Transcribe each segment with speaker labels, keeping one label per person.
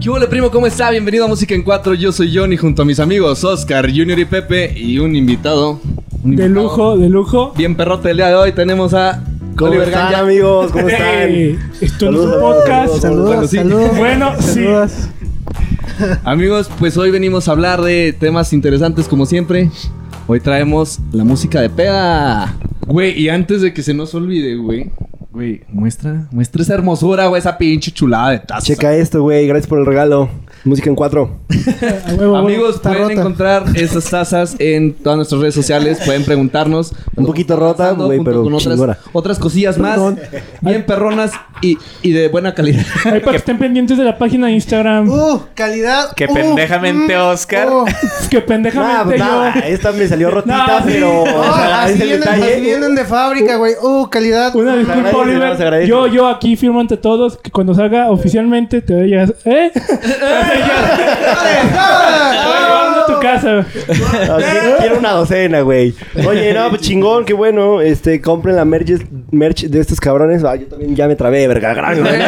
Speaker 1: ¿Qué hola, primo? ¿Cómo está? Bienvenido a Música en 4. Yo soy Johnny junto a mis amigos Oscar, Junior y Pepe y un invitado. un
Speaker 2: De
Speaker 1: invitado
Speaker 2: lujo, de lujo.
Speaker 1: Bien perrote el día de hoy tenemos a
Speaker 3: ¿Cómo
Speaker 1: Oliver
Speaker 3: están,
Speaker 1: Ganja.
Speaker 3: amigos? ¿Cómo están?
Speaker 2: Hey, Eh, esto no es un
Speaker 3: Saludos,
Speaker 2: podcast.
Speaker 3: saludos,
Speaker 1: Bueno, sí.
Speaker 2: Bueno, sí.
Speaker 4: saludos.
Speaker 1: Amigos, pues hoy venimos a hablar de temas interesantes como siempre. Hoy traemos la música de peda. Güey, y antes de que se nos olvide, güey. Güey, muestra, muestra esa hermosura, güey, esa pinche chulada de taza.
Speaker 3: Checa esto, güey. Gracias por el regalo. Música en cuatro.
Speaker 2: A huevo, huevo.
Speaker 1: Amigos,
Speaker 4: Está
Speaker 1: pueden
Speaker 4: rota.
Speaker 1: encontrar estas tazas en todas nuestras redes sociales. Pueden preguntarnos.
Speaker 3: Un poquito rota,
Speaker 1: Pasando
Speaker 3: güey,
Speaker 1: junto
Speaker 3: pero
Speaker 1: con otras,
Speaker 3: chingona.
Speaker 1: otras cosillas más.
Speaker 4: Perdón.
Speaker 1: Bien perronas y, y de buena calidad.
Speaker 2: Ahí para que estén pendientes de la página de Instagram.
Speaker 4: Uh, calidad.
Speaker 5: Que
Speaker 4: uh,
Speaker 5: pendejamente
Speaker 4: mm,
Speaker 5: Oscar.
Speaker 4: uh.
Speaker 2: que pendejamente
Speaker 3: nada.
Speaker 2: yo.
Speaker 3: pues Esta me salió rotita,
Speaker 2: Nah, sí.
Speaker 3: pero.
Speaker 2: No,
Speaker 3: o sea,
Speaker 4: así,
Speaker 3: es el
Speaker 4: vienen,
Speaker 3: detalle.
Speaker 4: así vienen de fábrica, güey. Uh, calidad.
Speaker 2: Una disculpa,
Speaker 3: agradece, se
Speaker 2: Oliver.
Speaker 3: agradece.
Speaker 2: Yo, yo aquí firmo ante todos que cuando salga oficialmente te vayas. ¿Eh? a
Speaker 3: ¡Eh!
Speaker 2: tu casa.
Speaker 3: Así, quiero una docena, güey. Oye, no, pues chingón, qué bueno. Este, compren la merch, merch de estos cabrones. Ah, yo también ya me trabé, verga.
Speaker 4: Ah,
Speaker 3: gran, güey.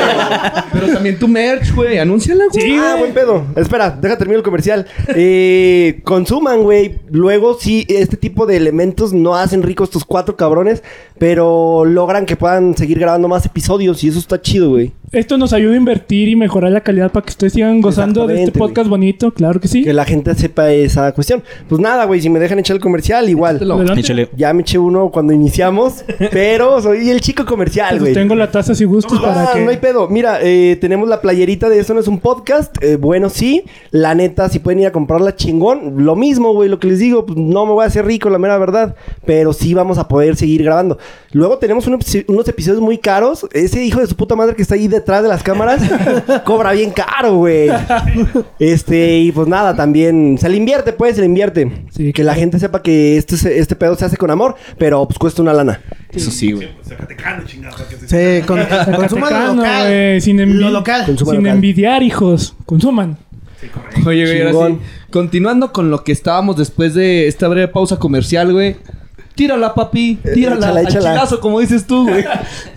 Speaker 1: pero también tu merch, güey. Anúnciala, güey.
Speaker 3: Ah, buen pedo. Espera, deja terminar el comercial. Eh, consuman, güey. Luego sí, este tipo de elementos no hacen ricos estos cuatro cabrones, pero logran que puedan seguir grabando más episodios y eso está chido, güey.
Speaker 2: Esto nos ayuda a invertir y mejorar la calidad para que ustedes sigan gozando de este
Speaker 3: Exactamente, güey.
Speaker 2: podcast bonito. Claro que sí.
Speaker 3: Que la gente sepa esa cuestión. Pues nada, güey, si me dejan echar el comercial,
Speaker 2: Este
Speaker 3: igual.
Speaker 1: Échatelo.
Speaker 2: Adelante.
Speaker 5: Échale.
Speaker 3: Ya me eché uno cuando iniciamos, pero soy el chico comercial, güey.
Speaker 2: Pues tengo la taza si gustas para
Speaker 3: Ah,
Speaker 2: que.
Speaker 3: No hay pedo. Mira, eh, tenemos la playerita de Eso no es un podcast. Eh, bueno, sí. La neta, si pueden ir a comprarla chingón. Lo mismo, güey, lo que les digo. pues, no me voy a hacer rico, la mera verdad. Pero sí vamos a poder seguir grabando. Luego tenemos un episo- unos episodios muy caros. Ese hijo de su puta madre que está ahí detrás de las cámaras cobra bien caro, güey. Este, y pues nada, también se le invierte, pues, se le invierte.
Speaker 2: Sí,
Speaker 3: que la gente sepa que este, se- este pedo se hace con amor, pero pues cuesta una lana.
Speaker 1: Eso sí, güey.
Speaker 4: Sí, con, consuman lo
Speaker 2: Zacatecano,
Speaker 4: local.
Speaker 2: güey, sin envi-
Speaker 4: Lo local.
Speaker 3: Consuma
Speaker 2: Sin
Speaker 3: local.
Speaker 2: envidiar, hijos. Consuman.
Speaker 1: Oye, güey, ahora sí.
Speaker 3: Chingón.
Speaker 1: Continuando con lo que estábamos después de esta breve pausa comercial, güey. Tírala, papi. Tírala.
Speaker 3: échala,
Speaker 1: al
Speaker 3: échala.
Speaker 1: chilazo, como dices tú, güey.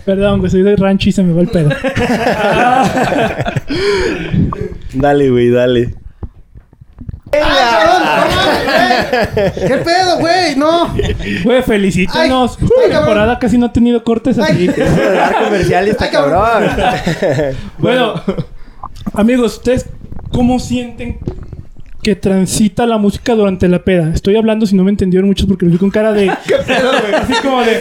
Speaker 2: Perdón, que soy de rancho y se me va el pedo.
Speaker 3: Dale, güey, dale.
Speaker 4: ¿Qué pedo, güey? No.
Speaker 2: Güey, felicítanos.
Speaker 4: Ay,
Speaker 2: Esta
Speaker 4: ay, cabrón.
Speaker 2: temporada casi no ha tenido cortes así.
Speaker 4: Ay.
Speaker 3: Eso de dar comercial está
Speaker 4: Ay, cabrón.
Speaker 3: cabrón.
Speaker 2: Bueno, amigos, ¿ustedes cómo sienten que transita la música durante la peda? Estoy hablando, si no me entendieron muchos, porque lo vi con cara de. así como de.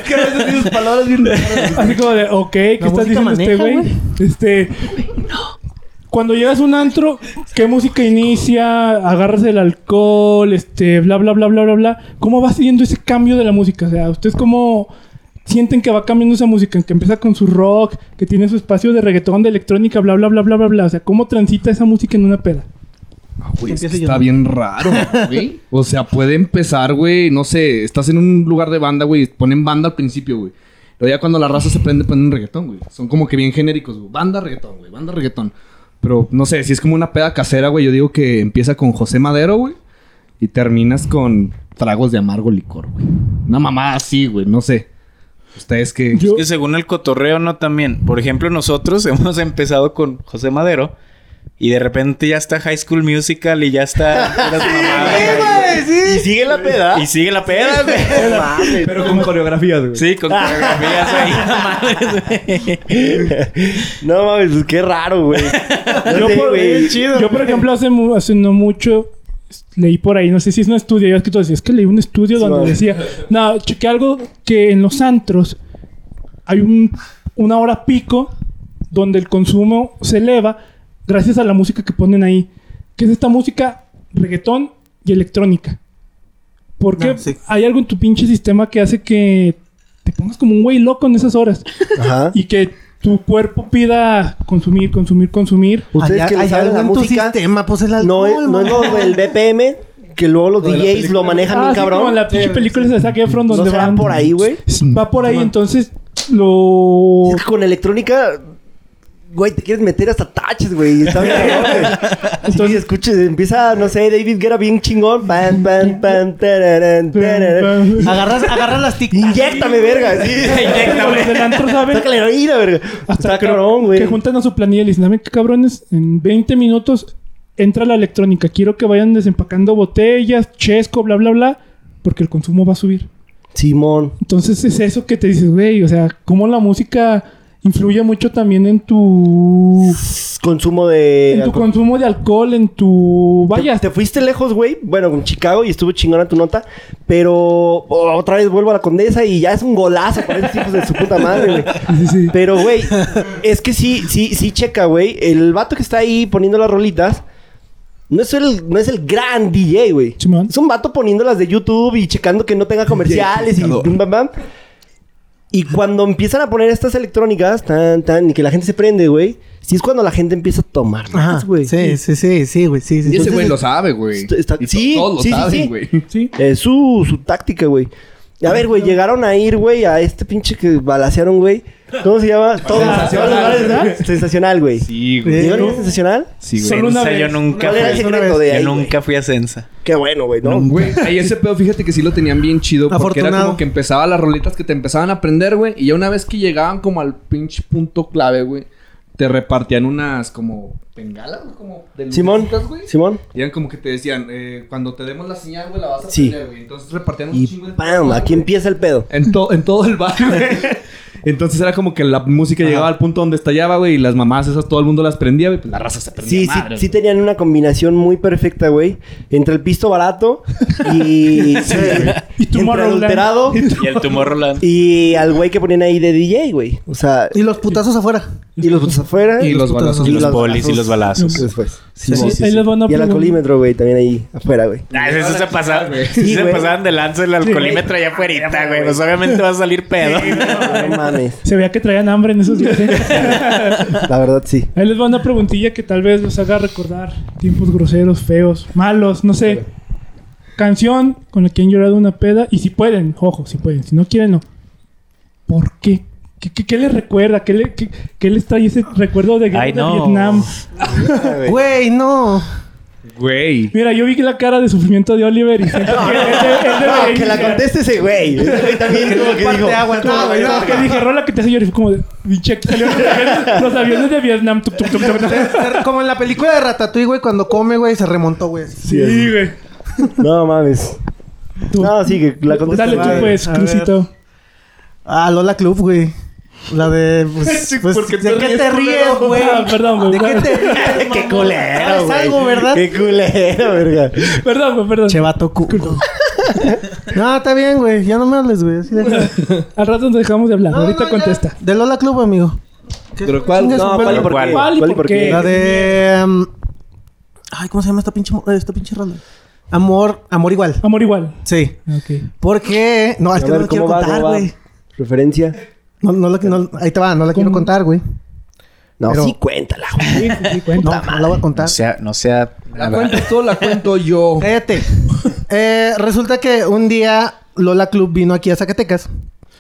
Speaker 2: Así como de, ok, ¿qué estás diciendo este güey? Este. Cuando llegas a un antro, ¿qué música inicia? ¿Agarras el alcohol? Este, bla, bla, bla, bla, bla, bla. ¿Cómo va siguiendo ese cambio de la música? O sea, ¿ustedes cómo sienten que va cambiando esa música? Que empieza con su rock, que tiene su espacio de reggaetón, de electrónica, bla, bla, bla, bla, bla, bla. O sea, ¿cómo transita esa música en una peda?
Speaker 1: Güey, es que está bien raro, güey. O sea, puede empezar, güey. No sé, estás en un lugar de banda, güey. Ponen banda al principio, güey. Pero ya cuando la raza se prende, ponen reggaetón, güey. Son como que bien genéricos, güey. Banda reggaetón, güey. Banda reggaetón. Pero no sé, si es como una peda casera, güey. Yo digo que empieza con José Madero, güey. Y terminas con tragos de amargo licor, güey. Una mamada así, güey. No sé. Ustedes que.
Speaker 2: Yo-
Speaker 5: Que según el cotorreo, no también. Por ejemplo, nosotros hemos empezado con José Madero. Y de repente ya está High School Musical y ya está... puras mamadas.
Speaker 3: ¿Y sigue la peda?
Speaker 5: y sigue la peda, güey.
Speaker 1: Pero con coreografías, güey.
Speaker 5: Sí, con coreografías ahí. madres, güey.
Speaker 3: No mames, pues qué raro, güey. No
Speaker 2: Yo,
Speaker 3: sé,
Speaker 2: por,
Speaker 3: güey.
Speaker 2: yo, por ejemplo, hace, mu- hace no mucho leí por ahí, no sé si es un estudio, yo escrito así, es que leí un estudio donde
Speaker 3: vale.
Speaker 2: decía, no, chequé algo que en los antros hay un, una hora pico donde el consumo se eleva gracias a la música que ponen ahí, que es esta música reggaetón y electrónica. Porque
Speaker 4: No, sí.
Speaker 2: hay algo en tu pinche sistema que hace que te pongas como un güey loco en esas horas
Speaker 3: Ajá.
Speaker 2: y que tu cuerpo pida consumir, consumir, consumir.
Speaker 3: Ustedes
Speaker 4: Allá-
Speaker 3: que les
Speaker 4: allá
Speaker 3: saben la
Speaker 4: en tu
Speaker 3: música.
Speaker 4: sistema, pues el
Speaker 3: No es,
Speaker 4: alcohol,
Speaker 3: no es
Speaker 4: man.
Speaker 3: lo del BPM, que luego los
Speaker 1: Lo de la
Speaker 3: DJs lo manejan
Speaker 2: Ah,
Speaker 3: bien
Speaker 2: sí, como en
Speaker 3: cabrón.
Speaker 2: la pinche película esa de Zac Efron
Speaker 3: ¿No
Speaker 2: donde
Speaker 3: será
Speaker 2: van-
Speaker 3: por ahí, güey?
Speaker 2: Va por ahí, entonces lo...
Speaker 3: Con electrónica Güey, te quieres meter hasta taches, güey. Está bien, güey. Entonces, escuches, empieza, no sé, David Guerra bien chingón. Pan, pan, pan, tararán, tararán.
Speaker 4: Agarras, agarras las tic.
Speaker 3: Inyéctame, verga, sí.
Speaker 2: Como los del antro, ¿saben?
Speaker 3: Sácale la heroína, verga. Está
Speaker 2: que-
Speaker 3: cabrón, güey.
Speaker 2: Que juntan a su planilla y le dicen, "Dame, qué cabrones, en 20 minutos entra la electrónica. Quiero que vayan desempacando botellas, chesco, bla, bla, bla. Porque el consumo va a subir.
Speaker 3: Simón.
Speaker 2: Entonces es eso que te dices, güey. O sea, cómo la música influye mucho también en tu...
Speaker 3: Consumo de...
Speaker 2: En tu
Speaker 3: alcohol.
Speaker 2: consumo de alcohol, en tu... Vaya,
Speaker 3: Te, te fuiste lejos, güey. Bueno, con Chicago y estuvo chingona tu nota. Pero oh, otra vez vuelvo a la condesa y ya es un golazo para esos hijos de su puta madre, güey.
Speaker 2: Sí, sí.
Speaker 3: Pero, güey, es que sí, sí, sí, checa, güey. El vato que está ahí poniendo las rolitas no es el, no es el gran DJ, güey.
Speaker 2: Simón.
Speaker 3: Es un vato poniéndolas de YouTube y checando que no tenga comerciales y
Speaker 1: Claro.
Speaker 3: bum, bam, bam. Y cuando empiezan a poner estas electrónicas, tan, tan, y que la gente se prende, güey, sí es cuando la gente empieza a tomar más,
Speaker 4: Ajá,
Speaker 3: pues, güey.
Speaker 4: sí, sí, sí, sí, güey, sí, sí.
Speaker 1: Y ese
Speaker 4: Entonces,
Speaker 1: güey lo sabe, güey.
Speaker 3: Está- está-
Speaker 1: Y to-
Speaker 3: sí,
Speaker 1: todos lo
Speaker 3: sí, sí, sí.
Speaker 1: saben, güey.
Speaker 2: Sí.
Speaker 3: Es Eh, su, su táctica, güey. A ver, güey, llegaron a ir, güey, a este pinche que balacearon, güey. ¿Cómo se llama? Todos
Speaker 1: Sensacional.
Speaker 3: todos los bares, ¿verdad? Sensacional, güey.
Speaker 1: Sí, güey.
Speaker 4: güey.
Speaker 3: ¿Llegaron a ir a sensacional?
Speaker 1: Sí, güey.
Speaker 2: Solo una
Speaker 5: Sensa, yo
Speaker 2: vez.
Speaker 5: nunca
Speaker 3: ¿Cuál era el
Speaker 5: fui.
Speaker 3: secreto de ahí?
Speaker 5: Yo
Speaker 3: güey?
Speaker 5: nunca fui a Sensa.
Speaker 3: Qué bueno, güey, ¿no?
Speaker 1: Güey, ahí ese pedo, fíjate que sí lo tenían bien chido. Porque era
Speaker 4: Afortunado.
Speaker 1: como que empezaba las rolitas que te empezaban a prender, güey. Y ya una vez que llegaban como al pinche punto clave, güey, te repartían unas como bengalas, güey, como de
Speaker 3: Simón,
Speaker 1: lucecitas, güey.
Speaker 3: Simón.
Speaker 1: Y eran como que te decían, eh, cuando te demos la señal, güey, la vas a
Speaker 3: Sí.
Speaker 1: prender, güey. Entonces repartían un
Speaker 3: Y
Speaker 1: chingo de
Speaker 3: ¡pam! Aquí empieza el pedo.
Speaker 1: en, to- en todo el bar, güey. Entonces era como que la música llegaba al punto donde estallaba, güey, y las mamás esas todo el mundo las prendía, güey, pues la raza se prendía.
Speaker 3: Sí, sí,
Speaker 1: madre,
Speaker 3: sí tenían una combinación muy perfecta, güey. Entre el pisto barato
Speaker 2: Y
Speaker 3: y...
Speaker 2: tu
Speaker 3: entre
Speaker 2: Tomorrowland.
Speaker 3: adulterado
Speaker 5: Y el tumor Roland.
Speaker 3: y al güey que ponían ahí de DJ, güey. O sea...
Speaker 4: Y los putazos afuera.
Speaker 3: Y los putos afuera.
Speaker 1: Y los balazos.
Speaker 5: Y
Speaker 1: Y
Speaker 5: los bolis y los balazos.
Speaker 3: Sí, Después.
Speaker 2: Sí, sí, ahí les van a
Speaker 3: pues, y el
Speaker 2: preguntar.
Speaker 3: alcoholímetro, güey, también ahí afuera, güey.
Speaker 5: Ah, eso se pasaba.
Speaker 1: güey.
Speaker 5: Sí,
Speaker 3: Sí,
Speaker 5: se
Speaker 3: güey.
Speaker 5: pasaban de lanza el alcoholímetro allá afuera, güey. Pues obviamente va a salir pedo.
Speaker 3: No mames.
Speaker 2: Se veía que traían hambre en esos días. ¿eh?
Speaker 3: La verdad, sí.
Speaker 2: Ahí les va una preguntilla que tal vez los haga recordar tiempos groseros, feos, malos, no sé. Canción con la que han llorado una peda. Y si pueden, ojo, si pueden. Si no quieren, no. ¿Por qué? ¿Qué, qué- qué les recuerda? ¿Qué, le- qué- qué les trae ese recuerdo de guerra
Speaker 5: Ay,
Speaker 2: de
Speaker 5: no.
Speaker 2: Vietnam?
Speaker 4: Güey, no.
Speaker 1: Güey.
Speaker 2: Mira, yo vi la cara de sufrimiento de Oliver y siento que él, él- él
Speaker 3: No,
Speaker 2: debería
Speaker 3: que la
Speaker 2: llorar.
Speaker 3: conteste ese güey. Ese güey también como que dijo...
Speaker 2: Como, como que dije, rola que te hace llorar. Y fue como de, "Pinche, aquí salieron los aviones, los aviones de Vietnam. tuc, tuc, tuc, tuc, tuc".
Speaker 4: Como en la película de Ratatouille, güey, cuando come, güey, se remontó, güey.
Speaker 2: Sí, güey.
Speaker 3: No mames.
Speaker 2: Tú.
Speaker 3: No, sí, que la conteste
Speaker 2: Dale
Speaker 3: ese
Speaker 2: tú,
Speaker 3: güey.
Speaker 2: pues,
Speaker 4: A ver.
Speaker 2: Crucito.
Speaker 4: Ah, Lola Club, güey. La de. Pues, pues, ¿De qué te ríes, güey?
Speaker 2: Ah, perdón, güey.
Speaker 4: ¿De qué te ríes?
Speaker 3: Qué
Speaker 4: mamón?
Speaker 3: culero,
Speaker 4: ¿Sabes
Speaker 3: güey.
Speaker 4: algo, verdad?
Speaker 3: Qué culero, verga.
Speaker 2: Perdón, güey, perdón.
Speaker 4: Chevato cuco. no, está bien, güey. Ya no me hables, güey. Así de-
Speaker 2: Al rato nos dejamos de hablar.
Speaker 4: No,
Speaker 2: Ahorita
Speaker 4: no, ya.
Speaker 2: contesta.
Speaker 4: De Lola Club, amigo. ¿Qué-
Speaker 1: ¿Pero cuál?
Speaker 4: chingas,
Speaker 3: No,
Speaker 4: un
Speaker 3: ¿cuál y
Speaker 4: perro?
Speaker 3: por qué?
Speaker 2: ¿Cuál y por qué?
Speaker 4: La de. um, Ay, ¿cómo se llama esta pinche, mo- eh, esta pinche rola? Amor, amor igual.
Speaker 2: Amor igual.
Speaker 4: Sí.
Speaker 2: Ok.
Speaker 4: Porque. No, es
Speaker 3: A
Speaker 4: que no
Speaker 3: ver,
Speaker 4: la quiero
Speaker 3: ¿cómo va?
Speaker 4: contar,
Speaker 3: ¿Cómo va?
Speaker 4: güey.
Speaker 3: Referencia.
Speaker 4: No, no la- no- ahí te va, no la quiero contar, güey.
Speaker 3: No,
Speaker 4: Pero-
Speaker 3: sí, cuéntala, güey.
Speaker 2: Sí, sí, sí,
Speaker 4: No,
Speaker 2: cuenta.
Speaker 4: no la voy a contar.
Speaker 5: No sea, no sea.
Speaker 1: La cuento tú, la cuento yo.
Speaker 4: Cállate. Eh, resulta que un día Lola Club vino aquí a Zacatecas.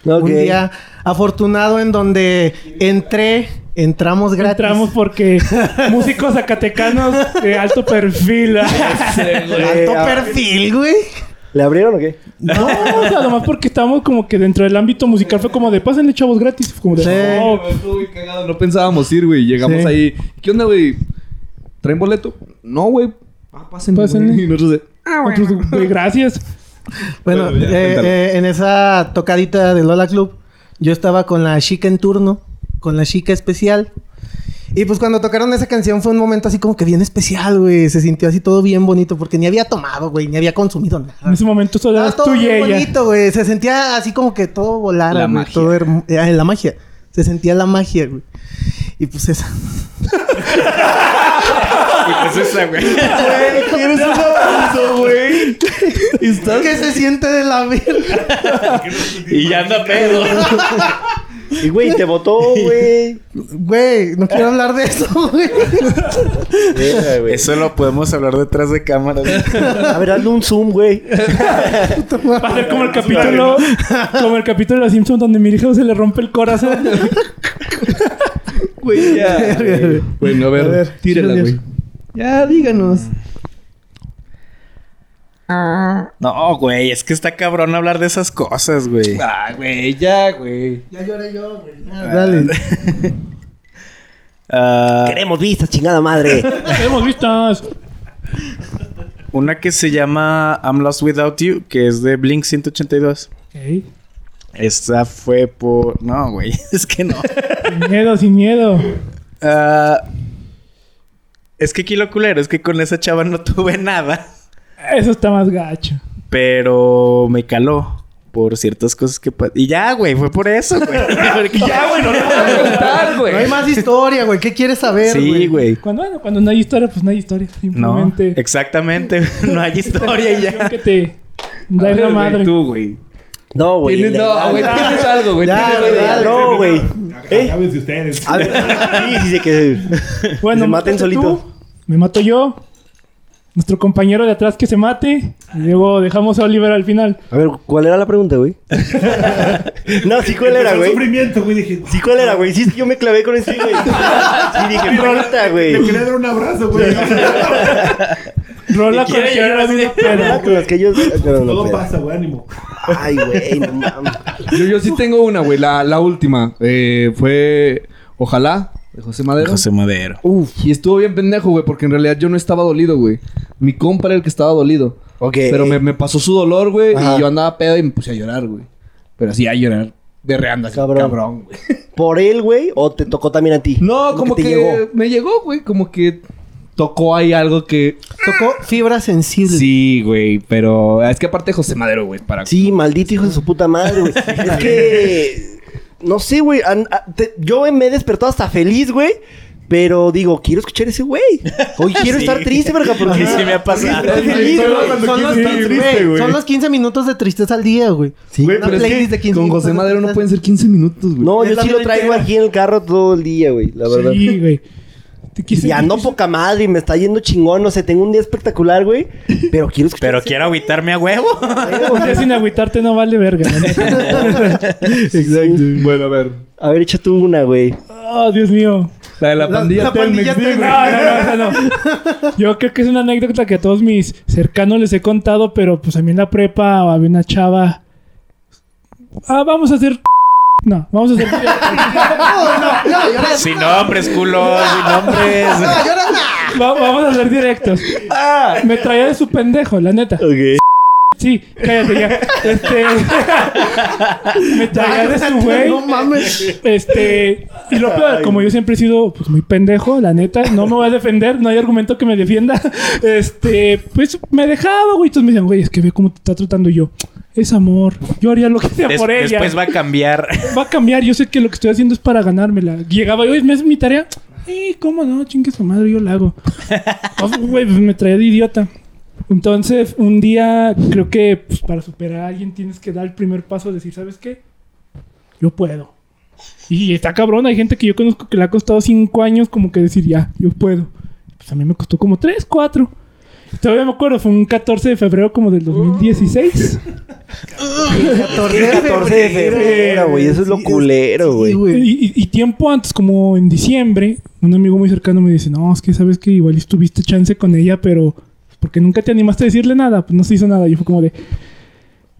Speaker 3: Ok.
Speaker 4: Un día afortunado en donde entré, entramos pues, gratis.
Speaker 2: Entramos porque músicos zacatecanos de alto perfil.
Speaker 4: Alto
Speaker 3: Eh, ah.
Speaker 4: perfil, güey.
Speaker 3: ¿Le abrieron o qué?
Speaker 2: No, o sea, nomás porque estamos como que dentro del ámbito musical fue como de pásenle chavos gratis. Como de,
Speaker 4: Sí.
Speaker 2: "Oh,
Speaker 1: Estuvo bien cagado, No pensábamos ir, güey. Llegamos
Speaker 4: Sí.
Speaker 1: ahí. ¿Qué onda, güey? ¿Traen boleto? No, güey. Ah, pásenle,
Speaker 2: Pásenle.
Speaker 1: güey. Y nosotros de...
Speaker 4: Ah,
Speaker 2: otros, pues, güey, gracias.
Speaker 4: Bueno,
Speaker 1: Bueno, ya,
Speaker 4: eh,
Speaker 1: cuéntalo.
Speaker 4: eh, en esa tocadita de Lola Club, yo estaba con la chica en turno, con la chica especial. Y pues cuando tocaron esa canción fue un momento así como que bien especial, güey. Se sintió así todo bien bonito porque ni había tomado, güey, ni había consumido nada.
Speaker 2: En ese momento solo
Speaker 4: Estaba
Speaker 2: eras
Speaker 4: Ah, todo
Speaker 2: tú y
Speaker 4: bien
Speaker 2: ella.
Speaker 4: bonito, güey. Se sentía así como que todo volara,
Speaker 1: La
Speaker 4: güey.
Speaker 1: magia.
Speaker 4: Todo hermo- eh, la magia. Se sentía la magia, güey. Y pues esa.
Speaker 5: Pues esa, güey.
Speaker 3: ¿Quieres un abuso, güey?
Speaker 4: ¿Qué se siente de la verga?
Speaker 5: Y ya anda pedo.
Speaker 3: Y, güey, te votó, güey.
Speaker 4: Güey, no quiero hablar de eso, güey.
Speaker 3: Verga, güey.
Speaker 5: Eso lo podemos hablar detrás de cámaras.
Speaker 3: A ver, hazle un zoom, güey.
Speaker 2: Va
Speaker 4: pues,
Speaker 2: a ser como el capítulo, como el capítulo de los Simpsons donde mi hijo se le rompe el corazón.
Speaker 1: Güey, ya. güey. bueno, a ver,
Speaker 4: A ver,
Speaker 1: tírala,
Speaker 4: Junior.
Speaker 1: güey.
Speaker 4: Ya, díganos.
Speaker 5: No, güey, es que está cabrón hablar de esas cosas, güey.
Speaker 1: Ah, güey, ya, güey.
Speaker 4: Ya lloré yo, güey. Dale.
Speaker 5: Ah,
Speaker 3: Queremos vistas, chingada madre.
Speaker 2: Hemos vistas.
Speaker 5: una que se llama I'm Lost Without You, que es de Blink 182.
Speaker 2: Ok.
Speaker 5: Esa fue por. No, güey, es que no.
Speaker 2: Sin miedo, sin miedo.
Speaker 5: Ah, es que aquí lo culero es que con esa chava no tuve nada.
Speaker 2: Eso está más gacho.
Speaker 5: Pero me caló por ciertas cosas que pa- Y ya, güey, fue por eso, güey. Porque ya, güey, no
Speaker 1: Contar, güey.
Speaker 4: No hay más historia, güey. ¿Qué quieres saber, güey?
Speaker 5: Sí, güey.
Speaker 2: Cuando, bueno, cuando no hay historia, pues no hay historia.
Speaker 5: No,
Speaker 2: Simplemente.
Speaker 5: exactamente. No hay historia y ya.
Speaker 2: Que te da
Speaker 1: A ver,
Speaker 2: en la
Speaker 1: güey,
Speaker 2: madre.
Speaker 1: Tú, güey.
Speaker 3: No, güey.
Speaker 1: Tienes- No,
Speaker 3: ilegal.
Speaker 1: güey, tienes algo, güey.
Speaker 4: Ya,
Speaker 1: tienes algo,
Speaker 4: güey,
Speaker 1: güey.
Speaker 3: No, güey. ¿Eh?
Speaker 6: Acaben de ustedes.
Speaker 3: A ver, Sí, sí, sí, que
Speaker 2: Bueno,
Speaker 3: se maten
Speaker 2: mátate tú,
Speaker 3: solitos.
Speaker 2: Me mato yo. Nuestro compañero de atrás que se mate. Y luego dejamos a Oliver al final.
Speaker 3: A ver, ¿cuál era la pregunta, güey? no, sí, ¿cuál era,
Speaker 6: Empezó el
Speaker 3: güey?
Speaker 6: sufrimiento, güey. Dije,
Speaker 3: Sí, ¿cuál era, güey? Sí, es que yo me clavé con ese, güey. Sí, dije, pronta, güey.
Speaker 6: le quería dar un abrazo, güey.
Speaker 2: Rola con cualquiera de una
Speaker 3: ¿Verdad?
Speaker 2: peda.
Speaker 3: Ah, Con las que yo... No, no,
Speaker 6: Todo
Speaker 3: espera.
Speaker 6: pasa, güey, ánimo.
Speaker 3: Ay, güey, no mames.
Speaker 1: Yo, yo sí tengo una, güey. La, la última. Eh, fue Ojalá, de José Madero.
Speaker 5: José Madero.
Speaker 1: Uf. Y estuvo bien pendejo, güey, porque en realidad yo no estaba dolido, güey. Mi compa era el que estaba dolido.
Speaker 3: Ok.
Speaker 1: Pero me, me pasó su dolor, güey,
Speaker 3: Ajá.
Speaker 1: y yo andaba pedo y me puse a llorar, güey. Pero así a llorar. Berreando así,
Speaker 3: Cabrón.
Speaker 1: cabrón, güey.
Speaker 3: ¿Por él, güey? ¿O te tocó también a ti?
Speaker 1: No, como que,
Speaker 3: te llegó?
Speaker 1: me llegó, güey. Como que tocó ahí algo que...
Speaker 4: Tocó fibra sensible.
Speaker 1: Sí, güey, pero... Es que aparte José Madero, güey, para...
Speaker 3: Sí, maldito hijo de su puta madre, güey. es que. No sé, güey. an- a- te- Yo me he despertado hasta feliz, güey. Pero digo, quiero escuchar ese güey. Hoy quiero
Speaker 5: Sí.
Speaker 3: estar triste, verga, porque.
Speaker 5: Sí, sí me ha pasado.
Speaker 3: Estoy feliz, güey.
Speaker 4: Son los,
Speaker 6: quieres ir
Speaker 4: güey,
Speaker 6: triste, güey.
Speaker 4: son los 15 minutos de tristeza al día, güey.
Speaker 3: Sí.
Speaker 6: Güey,
Speaker 4: Una
Speaker 6: pero es que
Speaker 4: playlist de 15
Speaker 1: Con
Speaker 4: minutos
Speaker 1: José
Speaker 4: de
Speaker 1: Madero no
Speaker 4: tristeza.
Speaker 1: pueden ser 15 minutos, güey.
Speaker 3: No,
Speaker 4: Es
Speaker 3: yo
Speaker 4: la
Speaker 3: sí lo
Speaker 4: vida
Speaker 3: traigo
Speaker 4: entera.
Speaker 3: aquí en el carro todo el día, güey. La verdad.
Speaker 2: Sí, güey. Te quise-
Speaker 3: Y ando poca madre y me está yendo chingón. No sé, tengo un día espectacular, güey. Pero quiero escuchar.
Speaker 5: Pero quiero agüitarme a huevo.
Speaker 2: Un día sin agüitarte no vale verga. ¿no?
Speaker 1: Exacto. Bueno, a ver.
Speaker 3: A ver, echa tú una, güey.
Speaker 2: Oh, Dios mío.
Speaker 1: La de la,
Speaker 4: La-
Speaker 1: pandilla
Speaker 4: la
Speaker 1: Telmex,
Speaker 4: pandilla
Speaker 1: sí, güey.
Speaker 4: Telmex.
Speaker 2: No, no, no, no, no. Yo creo que es una anécdota que a todos mis cercanos les he contado, pero pues a mí en la prepa había una chava. Ah, vamos a hacer. No, vamos a hacer.
Speaker 4: No, llora-
Speaker 5: Sin nombres, culo. Sin nombres.
Speaker 4: no, llora- no.
Speaker 2: Va- vamos a ser directos.
Speaker 1: Ah.
Speaker 2: Me traía de su pendejo, la neta. Sí, cállate ya. Este. me traía de su güey.
Speaker 4: No mames.
Speaker 2: Este. Y lo peor, como yo siempre he sido pues, muy pendejo, la neta, no me voy a defender, no hay argumento que me defienda. Este. Pues me dejaba, güey. Entonces me decían, güey, es que ve cómo te está tratando Y yo. Es amor. Yo haría lo que sea
Speaker 5: Des-
Speaker 2: por ella.
Speaker 5: después va a cambiar.
Speaker 2: Va a cambiar. Yo sé que lo que estoy haciendo es para ganármela. Llegaba y, oye, ¿me haces mi tarea? Eh, ¿cómo no? Chingue su madre, yo la hago. Oh, Güey, pues, me traía de idiota. Entonces, un día, creo que pues, para superar a alguien tienes que dar el primer paso, decir, ¿sabes qué? Yo puedo. Y está cabrón, hay gente que yo conozco que le ha costado cinco años como que decir, ya, yo puedo. Pues a mí me costó como tres, cuatro. Todavía me acuerdo, fue un 14 de febrero como del 2016.
Speaker 4: 14
Speaker 3: 14 de febrero, güey. Eso es lo culero, güey.
Speaker 2: Y, y- y tiempo antes, como en diciembre, un amigo muy cercano me dice, no, es que sabes que igual estuviste chance con ella, pero pues, porque nunca te animaste a decirle nada, pues no se hizo nada. Yo fue como de,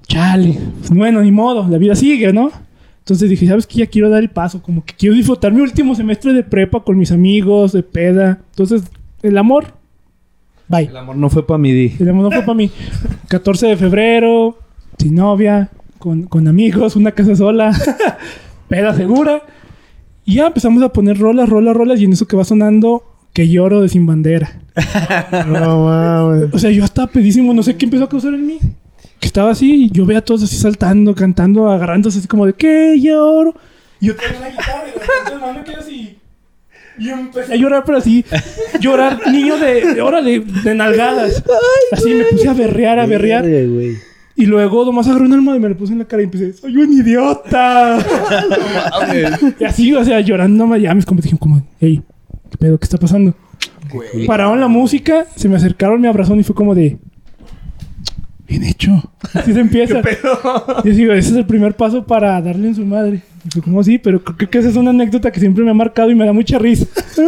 Speaker 2: chale, pues, bueno, ni modo, la vida sigue, ¿no? Entonces dije, ¿sabes qué? Ya quiero dar el paso, como que quiero disfrutar mi último semestre de prepa con mis amigos, de peda. Entonces, el amor, bye.
Speaker 1: El amor no fue para mi di.
Speaker 2: El amor no fue para mí. 14 de febrero, sin novia, con, con amigos, una casa sola, peda segura. Y ya empezamos a poner rolas, rolas, rolas. Y en eso que va sonando, que lloro de sin bandera.
Speaker 4: No mames.
Speaker 2: O sea, yo estaba pedísimo, no sé qué empezó a causar en mí. Que estaba así, y yo veía a todos así saltando, cantando, agarrándose así como de que lloro. Y yo tenía la guitarra y de repente, hermano, me quedé así. Y empecé a llorar, pero así, llorar, niño de, de órale, de nalgadas. Así me puse a berrear, a berrear.
Speaker 3: Verga, güey.
Speaker 2: Y luego nomás agarré un alma y me la puse en la cara y empecé, soy un idiota. y así, o sea, llorando, ma- ya mis compas dijeron como, hey, ¿qué pedo? ¿Qué está pasando? Pararon la música, se me acercaron, me abrazaron y fue como de,
Speaker 5: bien hecho.
Speaker 2: Así se empieza. Yo digo, ese es el primer paso para darle en su madre. Y yo, ¿Cómo sí? Pero creo que esa es una anécdota que siempre me ha marcado y me da mucha risa.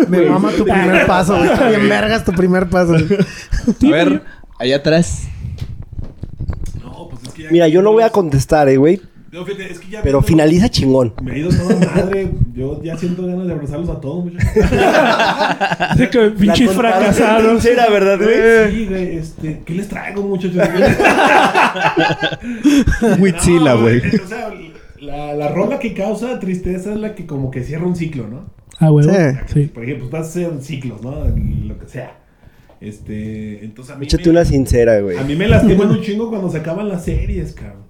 Speaker 4: Me mama tu primer paso, güey. Está bien vergas tu primer paso.
Speaker 2: Sí,
Speaker 5: A ver,
Speaker 1: Allá atrás.
Speaker 6: No, pues es que ya.
Speaker 3: Mira, yo no voy a contestar, eh, güey.
Speaker 6: No, fíjate, es que ya.
Speaker 3: Pero finaliza chingón.
Speaker 6: Me he ido toda madre. Yo ya siento ganas de abrazarlos a todos, güey.
Speaker 2: Así que pinches
Speaker 3: contaron
Speaker 2: fracasados.
Speaker 3: sincera, ¿verdad, güey?
Speaker 6: Sí, güey. Este, ¿qué les traigo, muchachos?
Speaker 1: Huitzila,
Speaker 6: No,
Speaker 1: güey.
Speaker 6: O sea, la, la rola que causa tristeza es la que como que cierra un ciclo, ¿no?
Speaker 2: Ah, huevo.
Speaker 4: Sí.
Speaker 2: Sí.
Speaker 6: Por ejemplo, vas a hacer ciclos, ¿no? En Lo que sea. Este, entonces a mí
Speaker 3: Échate
Speaker 6: me,
Speaker 3: una sincera, güey.
Speaker 6: a mí me lastiman un chingo cuando se acaban las series, cabrón.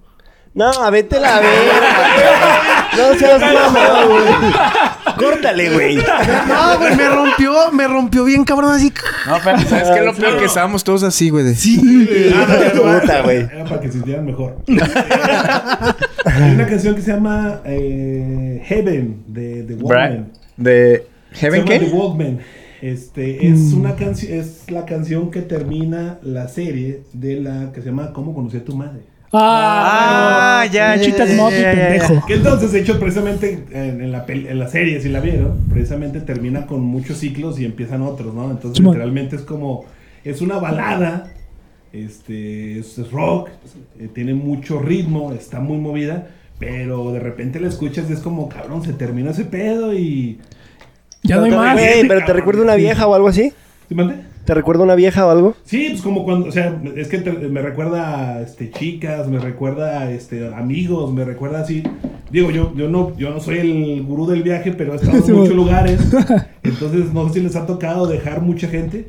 Speaker 3: No, vete a la verga. No seas mamón, güey. Córtale, güey.
Speaker 4: No, güey, me rompió, me rompió bien cabrón así.
Speaker 5: no, pero ¿sabes qué es lo peor? Que estábamos todos así, güey. de-
Speaker 6: Ah, no, ya no,
Speaker 3: Puta, güey.
Speaker 6: Era para que se sintieran mejor. Hay una canción que se llama eh, Heaven de The
Speaker 5: Bra-
Speaker 6: Walkman.
Speaker 5: ¿De Heaven
Speaker 6: Se llama The
Speaker 5: qué? Mm.
Speaker 6: Walkman. Este, es una canción, es la canción que termina la serie de la que se llama ¿Cómo conocí a tu madre?
Speaker 2: Ah,
Speaker 5: Ah, ya, ya,
Speaker 2: Chitas
Speaker 5: ya,
Speaker 2: Mob
Speaker 5: ya,
Speaker 2: y
Speaker 5: ya, ya.
Speaker 2: pendejo.
Speaker 6: Que entonces, de hecho, precisamente en, en la, pel- en la serie, si la vieron, precisamente termina con muchos ciclos y empiezan otros, ¿no? Entonces,
Speaker 2: Simón.
Speaker 6: literalmente es como, es una balada, este, es, es rock, eh, tiene mucho ritmo, está muy movida, pero de repente la escuchas y es como, cabrón, se terminó ese pedo y...
Speaker 2: Ya no hay más.
Speaker 3: Güey, pero te recuerda una vieja o algo así.
Speaker 6: ¿Sí mandé?
Speaker 3: ¿Te recuerda una vieja o algo?
Speaker 6: Sí, pues como cuando, o sea, es que te- me recuerda a este, chicas, me recuerda a este, amigos, me recuerda así. Digo, yo, yo, no, yo no soy el gurú del viaje, pero he estado en
Speaker 2: Sí,
Speaker 6: muchos
Speaker 2: bueno.
Speaker 6: lugares. Entonces, no sé si les ha tocado dejar mucha gente.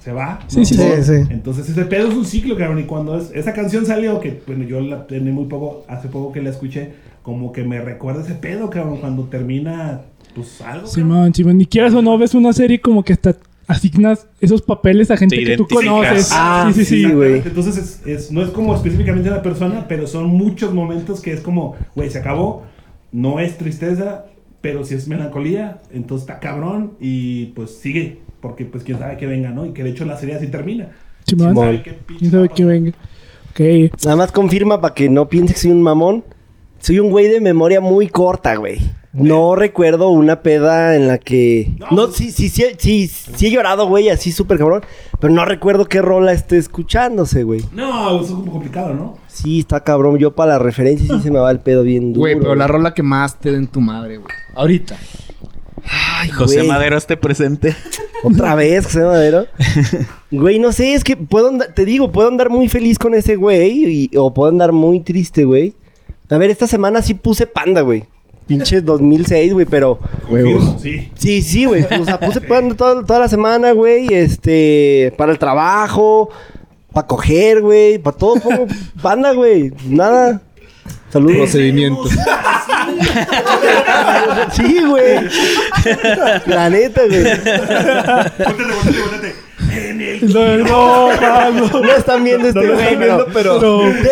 Speaker 6: Se va. ¿no?
Speaker 2: Sí, sí, sí.
Speaker 4: Sí, sí.
Speaker 6: Entonces, ese pedo es un ciclo, cabrón. Y cuando es- esa canción salió, que bueno, yo la tenía muy poco, hace poco que la escuché, como que me recuerda ese pedo, cabrón, cuando termina, pues algo. cabrón.
Speaker 2: Simón, Simón, ni quieras o no, ves una serie como que hasta Asignas esos papeles a gente
Speaker 5: Te
Speaker 2: que tú
Speaker 5: identificas.
Speaker 2: conoces.
Speaker 3: Ah,
Speaker 2: sí, sí, sí.
Speaker 3: sí, güey.
Speaker 6: Entonces, es- es- no es como específicamente una persona, pero son muchos momentos que es como, güey, se acabó. No es tristeza, pero sí es melancolía. Entonces está cabrón y pues sigue. Porque pues quién sabe que venga, ¿no? Y que de hecho la serie así termina.
Speaker 2: Simón.
Speaker 3: Simón.
Speaker 6: qué pinche
Speaker 2: ¿Quién sabe
Speaker 6: va a
Speaker 2: que
Speaker 6: pasar?
Speaker 2: venga? Ok.
Speaker 3: Nada más confirma para que no piense que soy un mamón. Soy un güey de memoria muy corta, güey. No recuerdo una peda en la que... No, sí, sí, sí, sí, sí he llorado, güey, así súper cabrón. Pero no recuerdo qué rola esté escuchándose, güey.
Speaker 6: No, eso es como complicado, ¿no?
Speaker 3: Sí, está cabrón. Yo para la referencia sí se me va el pedo bien duro.
Speaker 1: Güey, pero la rola que más te den tu madre, güey. Ahorita.
Speaker 5: Ay, José
Speaker 3: güey.
Speaker 5: Madero, este presente.
Speaker 3: Otra vez, José Madero. güey, no sé, es que puedo andar, te digo, puedo andar muy feliz con ese güey y- o puedo andar muy triste, güey. A ver, esta semana sí puse panda, güey. Pinche 2006, güey, pero...
Speaker 6: Confirmo, Sí.
Speaker 3: Sí, sí, güey. O sea, puse panda toda, toda la semana, güey. Este, para el trabajo, para coger, güey. Para todo pongo panda, güey. Nada. Saludos.
Speaker 1: Procedimiento.
Speaker 3: Sí, güey. La neta, güey.
Speaker 6: Cuéntate, cuéntate, cuéntate. En el-
Speaker 2: No, no, Pablo.
Speaker 3: No están viendo este
Speaker 2: lo
Speaker 3: güey,
Speaker 2: están
Speaker 3: pero...
Speaker 1: pero.
Speaker 2: No.
Speaker 3: Tene.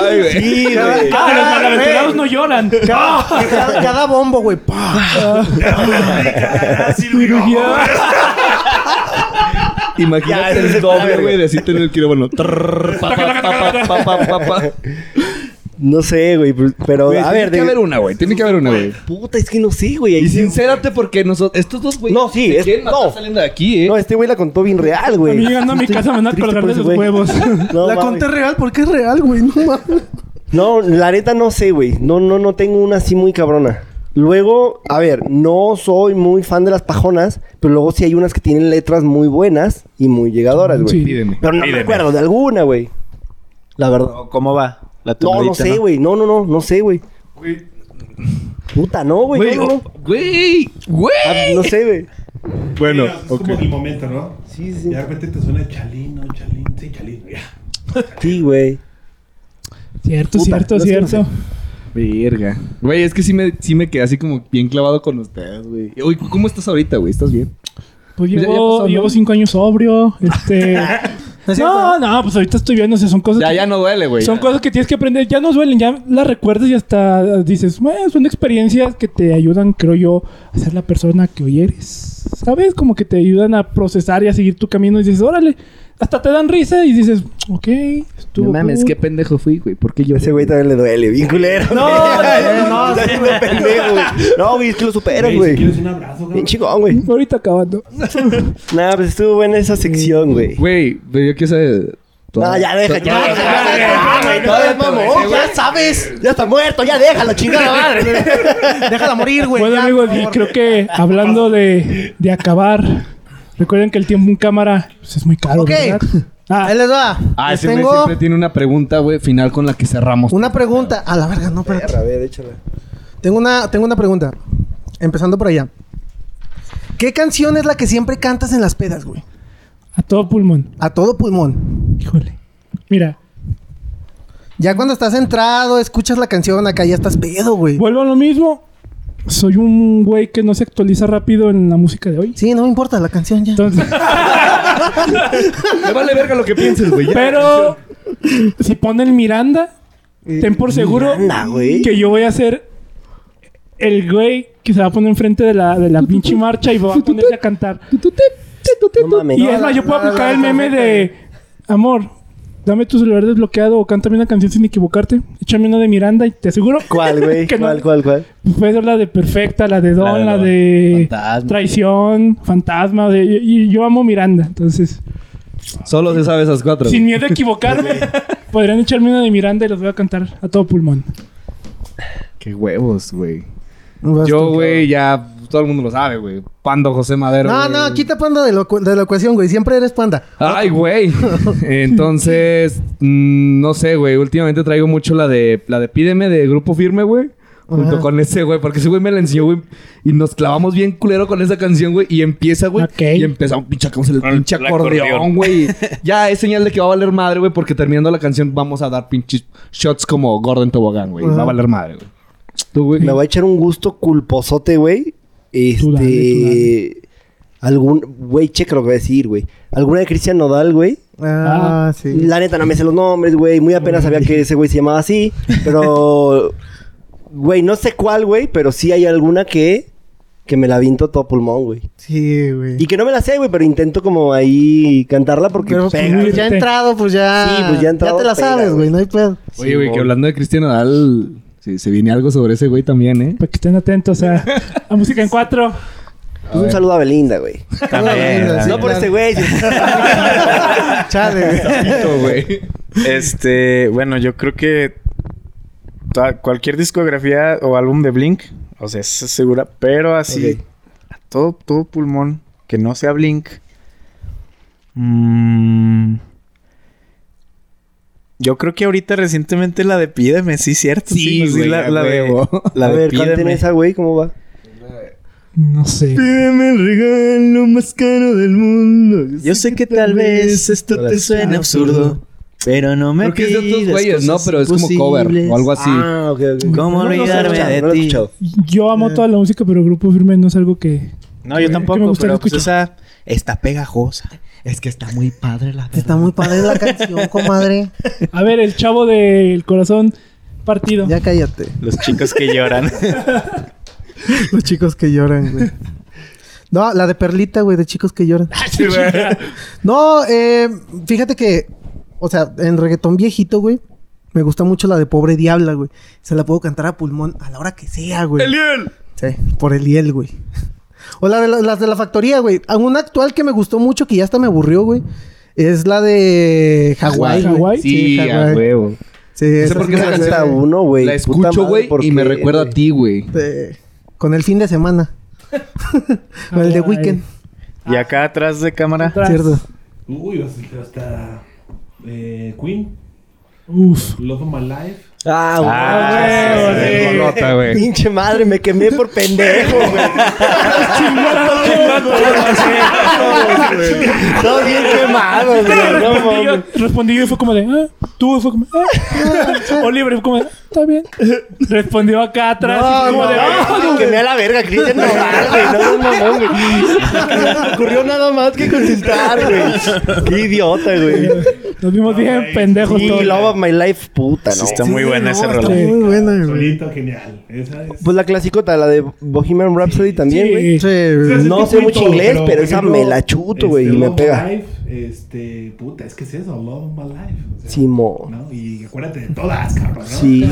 Speaker 1: Ay, güey.
Speaker 3: Sí, güey.
Speaker 2: Ah, los malaventurados no lloran.
Speaker 3: Ah,
Speaker 4: Cada, cada bombo, güey. pa.
Speaker 2: Ah, Cirugía.
Speaker 3: Ya,
Speaker 1: Imagínate
Speaker 3: ese es
Speaker 1: el
Speaker 3: el
Speaker 1: doble,
Speaker 3: plan,
Speaker 1: güey,
Speaker 3: güey.
Speaker 1: de así tener el quirófano. Trrr, pa, pa, pa, pa, pa, pa, pa, pa.
Speaker 3: No sé, güey, pero
Speaker 1: Güey,
Speaker 3: a
Speaker 1: tiene
Speaker 3: ver,
Speaker 1: que
Speaker 3: de-
Speaker 1: haber una, güey. Tiene que haber una, güey.
Speaker 3: puta, es que no sé, güey. ahí
Speaker 1: Y
Speaker 3: sí-
Speaker 1: sincérate porque nosotros, estos dos, güey,
Speaker 3: No, sí,
Speaker 1: se
Speaker 3: es-
Speaker 1: quieren matar
Speaker 3: no.
Speaker 1: saliendo de aquí, eh.
Speaker 3: No, este güey la contó bien real,
Speaker 2: A
Speaker 3: güey.
Speaker 2: mí llegando a mi
Speaker 3: Estoy
Speaker 2: casa me van a
Speaker 3: triste
Speaker 2: colgar
Speaker 3: por
Speaker 2: de
Speaker 3: ese
Speaker 2: los
Speaker 3: güey.
Speaker 2: huevos.
Speaker 3: No,
Speaker 4: la
Speaker 3: mames.
Speaker 4: conté real porque es real, güey. No mames.
Speaker 3: No, la neta no sé, güey. No, no, no tengo una así muy cabrona. Luego, a ver, no soy muy fan de las pajonas, pero luego sí hay unas que tienen letras muy buenas y muy llegadoras, güey.
Speaker 2: Sí.
Speaker 1: Pídeme.
Speaker 3: Pero no me
Speaker 5: Pídeme.
Speaker 3: acuerdo de alguna, güey. La verdad.
Speaker 5: ¿Cómo va? La
Speaker 3: No,
Speaker 5: tonadita,
Speaker 3: no sé, güey. No, no, no, no sé, güey. Puta, no, güey.
Speaker 1: Güey,
Speaker 3: No, no,
Speaker 1: oh,
Speaker 3: no.
Speaker 1: güey, güey.
Speaker 3: Ah, no sé, güey.
Speaker 1: Bueno,
Speaker 6: Mira, es
Speaker 1: ok.
Speaker 6: como el momento, ¿no?
Speaker 3: Sí,
Speaker 6: Y
Speaker 3: sí.
Speaker 6: de repente te suena Chalino, Chalín, sí, Chalino, ya.
Speaker 3: Sí, güey.
Speaker 2: Cierto,
Speaker 3: Puta,
Speaker 2: cierto,
Speaker 3: no es que no
Speaker 2: cierto.
Speaker 1: Verga. Güey, es que sí me, sí me quedé así como bien clavado con ustedes, güey. Oye, ¿cómo estás ahorita, güey? ¿Estás bien?
Speaker 2: Pues
Speaker 1: Ya- ya
Speaker 2: llevo,
Speaker 1: pasó, ¿no?
Speaker 2: llevo cinco años sobrio. Este.
Speaker 4: es
Speaker 2: No,
Speaker 4: cierto?
Speaker 2: no, pues ahorita estoy viendo, o sea, son cosas
Speaker 1: Ya,
Speaker 2: que-
Speaker 1: ya no duele, güey.
Speaker 2: Son
Speaker 1: Ya.
Speaker 2: cosas que tienes que aprender, ya no duelen, ya las recuerdas y hasta dices, bueno, son experiencias que te ayudan, creo yo, a ser la persona que hoy eres. ¿Sabes? Como que te ayudan a procesar y a seguir tu camino y dices, órale, hasta te dan risa y dices, ok, estuvo.
Speaker 1: No mames,
Speaker 2: cool".
Speaker 1: qué pendejo fui, güey. ¿Por qué yo?
Speaker 3: Ese güey también le duele, bien culero. No, no, no. pendejo, güey. No, güey, es que lo superas,
Speaker 6: Güey, si
Speaker 3: güey.
Speaker 6: quieres un abrazo,
Speaker 3: Bien
Speaker 6: cabrón.
Speaker 3: chingón, güey.
Speaker 2: Ahorita acabando.
Speaker 3: Nah, pues estuvo buena esa sección, güey.
Speaker 1: Güey, pero yo quiero saber.
Speaker 3: No, ya deja, ya
Speaker 4: Ah,
Speaker 3: deja. Ya, güey, todavía es mamón, ya sabes. Ya está muerto, ya déjalo, chingada madre.
Speaker 4: Déjala morir, güey.
Speaker 2: Bueno,
Speaker 4: ya,
Speaker 2: amigos,
Speaker 4: por
Speaker 2: y
Speaker 4: favor.
Speaker 2: creo que hablando de, de acabar, recuerden que el tiempo en cámara pues, es muy caro.
Speaker 4: Ok.
Speaker 2: ¿verdad? Ah,
Speaker 4: Ahí les va.
Speaker 1: Ah,
Speaker 4: les
Speaker 1: ese güey
Speaker 4: tengo
Speaker 1: siempre tiene una pregunta, güey, final con la que cerramos.
Speaker 4: una pregunta. A la verga, no, espérate.
Speaker 3: A ver, échala.
Speaker 4: Tengo una, tengo una pregunta. Empezando por allá. ¿Qué canción es la que siempre cantas en las pedas, güey?
Speaker 2: a todo pulmón.
Speaker 4: A todo pulmón.
Speaker 2: Híjole. Mira,
Speaker 4: Ya cuando estás entrado, escuchas la canción acá, ya estás pedo, güey.
Speaker 2: vuelvo a lo mismo. Soy un güey que no se actualiza rápido en la música de hoy.
Speaker 4: Sí, no me importa la canción ya.
Speaker 2: Entonces,
Speaker 1: Me vale verga lo que pienses, güey. ya.
Speaker 2: pero si ponen Miranda, ten por seguro
Speaker 3: Miranda, güey.
Speaker 2: que yo voy a ser el güey que se va a poner enfrente de la, de la pinche marcha y va a ponerse a cantar.
Speaker 3: No mames.
Speaker 2: Y
Speaker 3: No,
Speaker 2: es más,
Speaker 3: la-
Speaker 2: yo puedo
Speaker 4: la-
Speaker 2: aplicar
Speaker 4: la-
Speaker 2: el meme de Amor, dame tu celular desbloqueado o cántame una canción sin equivocarte. Échame una de Miranda y te aseguro.
Speaker 3: ¿Cuál, güey?
Speaker 2: que no.
Speaker 3: ¿Cuál, cuál, cuál?
Speaker 2: Puede ser la de Perfecta, la de Don, la de,
Speaker 5: La de Don.
Speaker 1: Fantasma.
Speaker 2: Traición, Fantasma. de- y, y yo amo Miranda, entonces.
Speaker 1: Solo se sabe esas cuatro.
Speaker 2: Sin miedo a equivocarme, podrían echarme una de Miranda y los voy a cantar a todo pulmón.
Speaker 1: Qué huevos, güey.
Speaker 4: Vas
Speaker 1: Yo,
Speaker 4: tú.
Speaker 1: güey, ya todo el mundo lo sabe, güey. Pando José Madero. güey.
Speaker 4: No, no, quita panda de, lo- de la ecuación, güey. Siempre eres panda.
Speaker 1: Ay, güey. Entonces, mm, no sé, güey. Últimamente traigo mucho la de la de Pídeme de Grupo Firme, güey. Junto
Speaker 4: Ajá.
Speaker 1: con ese, güey, porque ese güey me la enseñó, güey. Y nos clavamos bien culero con esa canción, güey. Y empieza, güey.
Speaker 2: Ok.
Speaker 1: Y empezamos, pinche, sacamos el
Speaker 5: Con el
Speaker 1: pinche acordeón,
Speaker 5: acordeón.
Speaker 1: güey. ya es señal de que va a valer madre, güey, porque terminando la canción vamos a dar pinches shots como Gordon Tobogán, güey. Va a valer madre, güey. Tú, güey.
Speaker 3: Me voy a echar un gusto culposote, güey. Este.
Speaker 2: Tú dale, tú dale.
Speaker 3: Algún. Güey, checa lo que voy a decir, güey. Alguna de Cristian Nodal, güey.
Speaker 4: Ah, sí.
Speaker 3: La neta, no me sé los nombres, güey. Muy apenas sabía que ese güey se llamaba así. Pero. Güey, no sé cuál, güey. Pero sí hay alguna que. Que me la vinto todo pulmón, güey.
Speaker 4: Sí, güey.
Speaker 3: Y que no me la sé, güey. Pero intento como ahí cantarla porque.
Speaker 4: Pero pues,
Speaker 3: pega, güey.
Speaker 4: ya entrado, pues ya.
Speaker 3: Sí, pues, ya entrado,
Speaker 4: te la
Speaker 3: pega,
Speaker 4: sabes, güey.
Speaker 3: güey.
Speaker 4: No hay pedo.
Speaker 1: Oye, güey,
Speaker 3: Simón.
Speaker 1: que hablando de Cristian Nadal, sí, se viene algo sobre ese güey también, ¿eh?
Speaker 2: Para que estén atentos a, a música en cuatro.
Speaker 3: Pues un saludo a Belinda, güey.
Speaker 5: También,
Speaker 4: Sí,
Speaker 3: No por
Speaker 4: claro.
Speaker 3: ese güey.
Speaker 4: Chale, güey.
Speaker 1: Pito, güey.
Speaker 5: Este, bueno, yo creo que ta- cualquier discografía o álbum de Blink, o sea, esa es segura, pero así
Speaker 3: Ok.
Speaker 5: a todo, todo pulmón, que no sea Blink. Mm, yo creo que ahorita recientemente la de Pídeme, sí, cierto.
Speaker 1: Sí,
Speaker 5: pues,
Speaker 1: güey,
Speaker 5: la,
Speaker 1: a
Speaker 5: la de,
Speaker 1: huevo.
Speaker 5: la
Speaker 3: a
Speaker 5: de
Speaker 3: ver, canten
Speaker 5: Pídeme.
Speaker 3: esa, güey. ¿Cómo va?
Speaker 2: No sé.
Speaker 1: Pídeme el regalo más caro del mundo.
Speaker 5: Yo sé que tal vez esto te suene absurdo, pero no me
Speaker 1: Creo que es de otros
Speaker 5: pidas
Speaker 1: güeyes, ¿no?
Speaker 5: cosas
Speaker 1: Pero es como cover
Speaker 5: imposibles.
Speaker 1: o algo así.
Speaker 3: Ah, ok, ok. No, no,
Speaker 5: ¿Cómo
Speaker 3: no,
Speaker 5: olvidarme
Speaker 3: no, no,
Speaker 5: de
Speaker 3: no lo he
Speaker 5: ti?
Speaker 3: escuchado.
Speaker 2: Yo amo toda la música, pero Grupo Firme no es algo que.
Speaker 5: No, yo
Speaker 2: Que-
Speaker 5: tampoco,
Speaker 2: que me gusta,
Speaker 5: pero
Speaker 2: lo
Speaker 5: pues
Speaker 2: escucho.
Speaker 5: esa está pegajosa. Es que está muy padre la
Speaker 4: Está muy padre la canción, comadre.
Speaker 2: A ver, el chavo del corazón partido.
Speaker 4: Ya cállate.
Speaker 5: Los chicos que lloran.
Speaker 4: Los chicos que lloran, güey. No, la de Perlita, güey, de chicos que lloran. No, eh, fíjate que, o sea, en reggaetón viejito, güey, me gusta mucho la de Pobre Diabla, güey. Se la puedo cantar a pulmón a la hora que sea,
Speaker 1: Ah,
Speaker 4: güey.
Speaker 1: ¡Eliel!
Speaker 4: Sí, por el hiel, güey. O la de la- las de la factoría, güey. A Una actual que me gustó mucho, que ya hasta me aburrió, güey. Es la de Hawái. güey.
Speaker 2: Hawái.
Speaker 1: Sí, a
Speaker 4: Hawái.
Speaker 1: huevo.
Speaker 4: Sí,
Speaker 1: No
Speaker 4: esa
Speaker 1: sé por
Speaker 4: sí
Speaker 1: qué
Speaker 4: me
Speaker 1: esa
Speaker 4: la sé,
Speaker 1: canción-
Speaker 4: güey.
Speaker 3: uno, güey.
Speaker 1: La
Speaker 3: Puta
Speaker 1: escucho,
Speaker 3: madre,
Speaker 1: güey,
Speaker 3: ¿por
Speaker 1: y me
Speaker 3: qué,
Speaker 1: recuerda a
Speaker 3: güey?
Speaker 1: ti, güey.
Speaker 4: Eh, con el fin de semana. con el de
Speaker 2: Hawái.
Speaker 4: weekend.
Speaker 5: y acá atrás de cámara.
Speaker 2: Atrás.
Speaker 4: Cierto.
Speaker 6: Uy, hasta- hasta. eh, Queen.
Speaker 2: Uf.
Speaker 6: Love of My Life.
Speaker 3: Ah,
Speaker 5: Ah,
Speaker 3: güey,
Speaker 5: sí,
Speaker 3: güey.
Speaker 5: rolota, güey.
Speaker 3: Pinche madre, me quemé por pendejo, güey. Todos bien quemados, Ah, güey. No,
Speaker 2: Ah, Respondí yo,
Speaker 3: mames.
Speaker 2: respondí yo y fue como de, ah, tú fue como, ah, ah. Oliver fue como, de, está bien. Respondió acá atrás y
Speaker 3: No,
Speaker 2: fue como
Speaker 3: no,
Speaker 2: de, ah,
Speaker 3: no, quemé a la verga, Cristian Nodal, güey. No, no, no, güey. Se me ocurrió nada más que contestar, güey. Qué idiota, güey.
Speaker 2: nos vimos bien
Speaker 6: Ay,
Speaker 2: pendejos
Speaker 3: Sí,
Speaker 2: todos.
Speaker 3: Love of My Life, puta,
Speaker 5: Sí,
Speaker 3: ¿no?
Speaker 5: está muy buena ese
Speaker 4: está
Speaker 5: rol.
Speaker 4: muy buena, güey.
Speaker 6: Solito, genial. Esa es.
Speaker 3: Pues la clasicota, la de Bohemian Rhapsody también,
Speaker 2: Sí.
Speaker 3: güey.
Speaker 4: Sí, güey.
Speaker 6: es
Speaker 3: no
Speaker 6: que
Speaker 3: sé
Speaker 6: muy
Speaker 3: mucho
Speaker 6: todo,
Speaker 3: inglés, pero
Speaker 6: por
Speaker 3: esa me la chuto, güey,
Speaker 6: este,
Speaker 3: y me
Speaker 6: Love of
Speaker 3: pega.
Speaker 6: Life, este, puta, es que es eso, Love of My Life. o sea,
Speaker 3: Simón.
Speaker 6: ¿no? Y acuérdate de todas, cabrón. ¿no?
Speaker 3: Sí.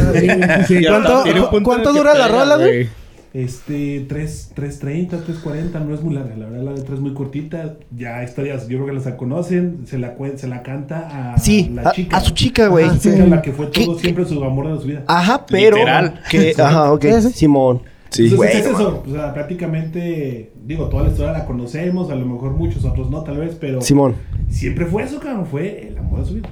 Speaker 2: Sí,
Speaker 4: ¿Cuánto,
Speaker 1: Tiene un punto en
Speaker 4: cuánto
Speaker 1: el que
Speaker 4: dura la
Speaker 1: pega,
Speaker 4: rola, güey?
Speaker 6: Este, 3, 3.30, 3.40, no es muy larga, la verdad, la de 3 muy cortita. Ya historias, yo creo que las conocen, se la, cuen- se la
Speaker 1: Ah,
Speaker 6: canta a
Speaker 3: Sí,
Speaker 6: la
Speaker 3: a,
Speaker 6: chica.
Speaker 3: a su chica, güey.
Speaker 6: La chica, la que fue
Speaker 3: ¿Qué-
Speaker 6: todo
Speaker 3: qué-
Speaker 6: siempre su amor de su vida.
Speaker 3: Ajá, pero.
Speaker 5: Literal.
Speaker 3: Que, ajá, ok.
Speaker 4: Sí, sí.
Speaker 3: Simón.
Speaker 5: Sí.
Speaker 6: Entonces,
Speaker 3: Güey,
Speaker 6: es eso, o sea, prácticamente, digo, toda la historia la conocemos, a lo mejor muchos otros no, tal vez, pero
Speaker 3: Simón.
Speaker 6: siempre fue eso, cabrón, fue el amor de su vida.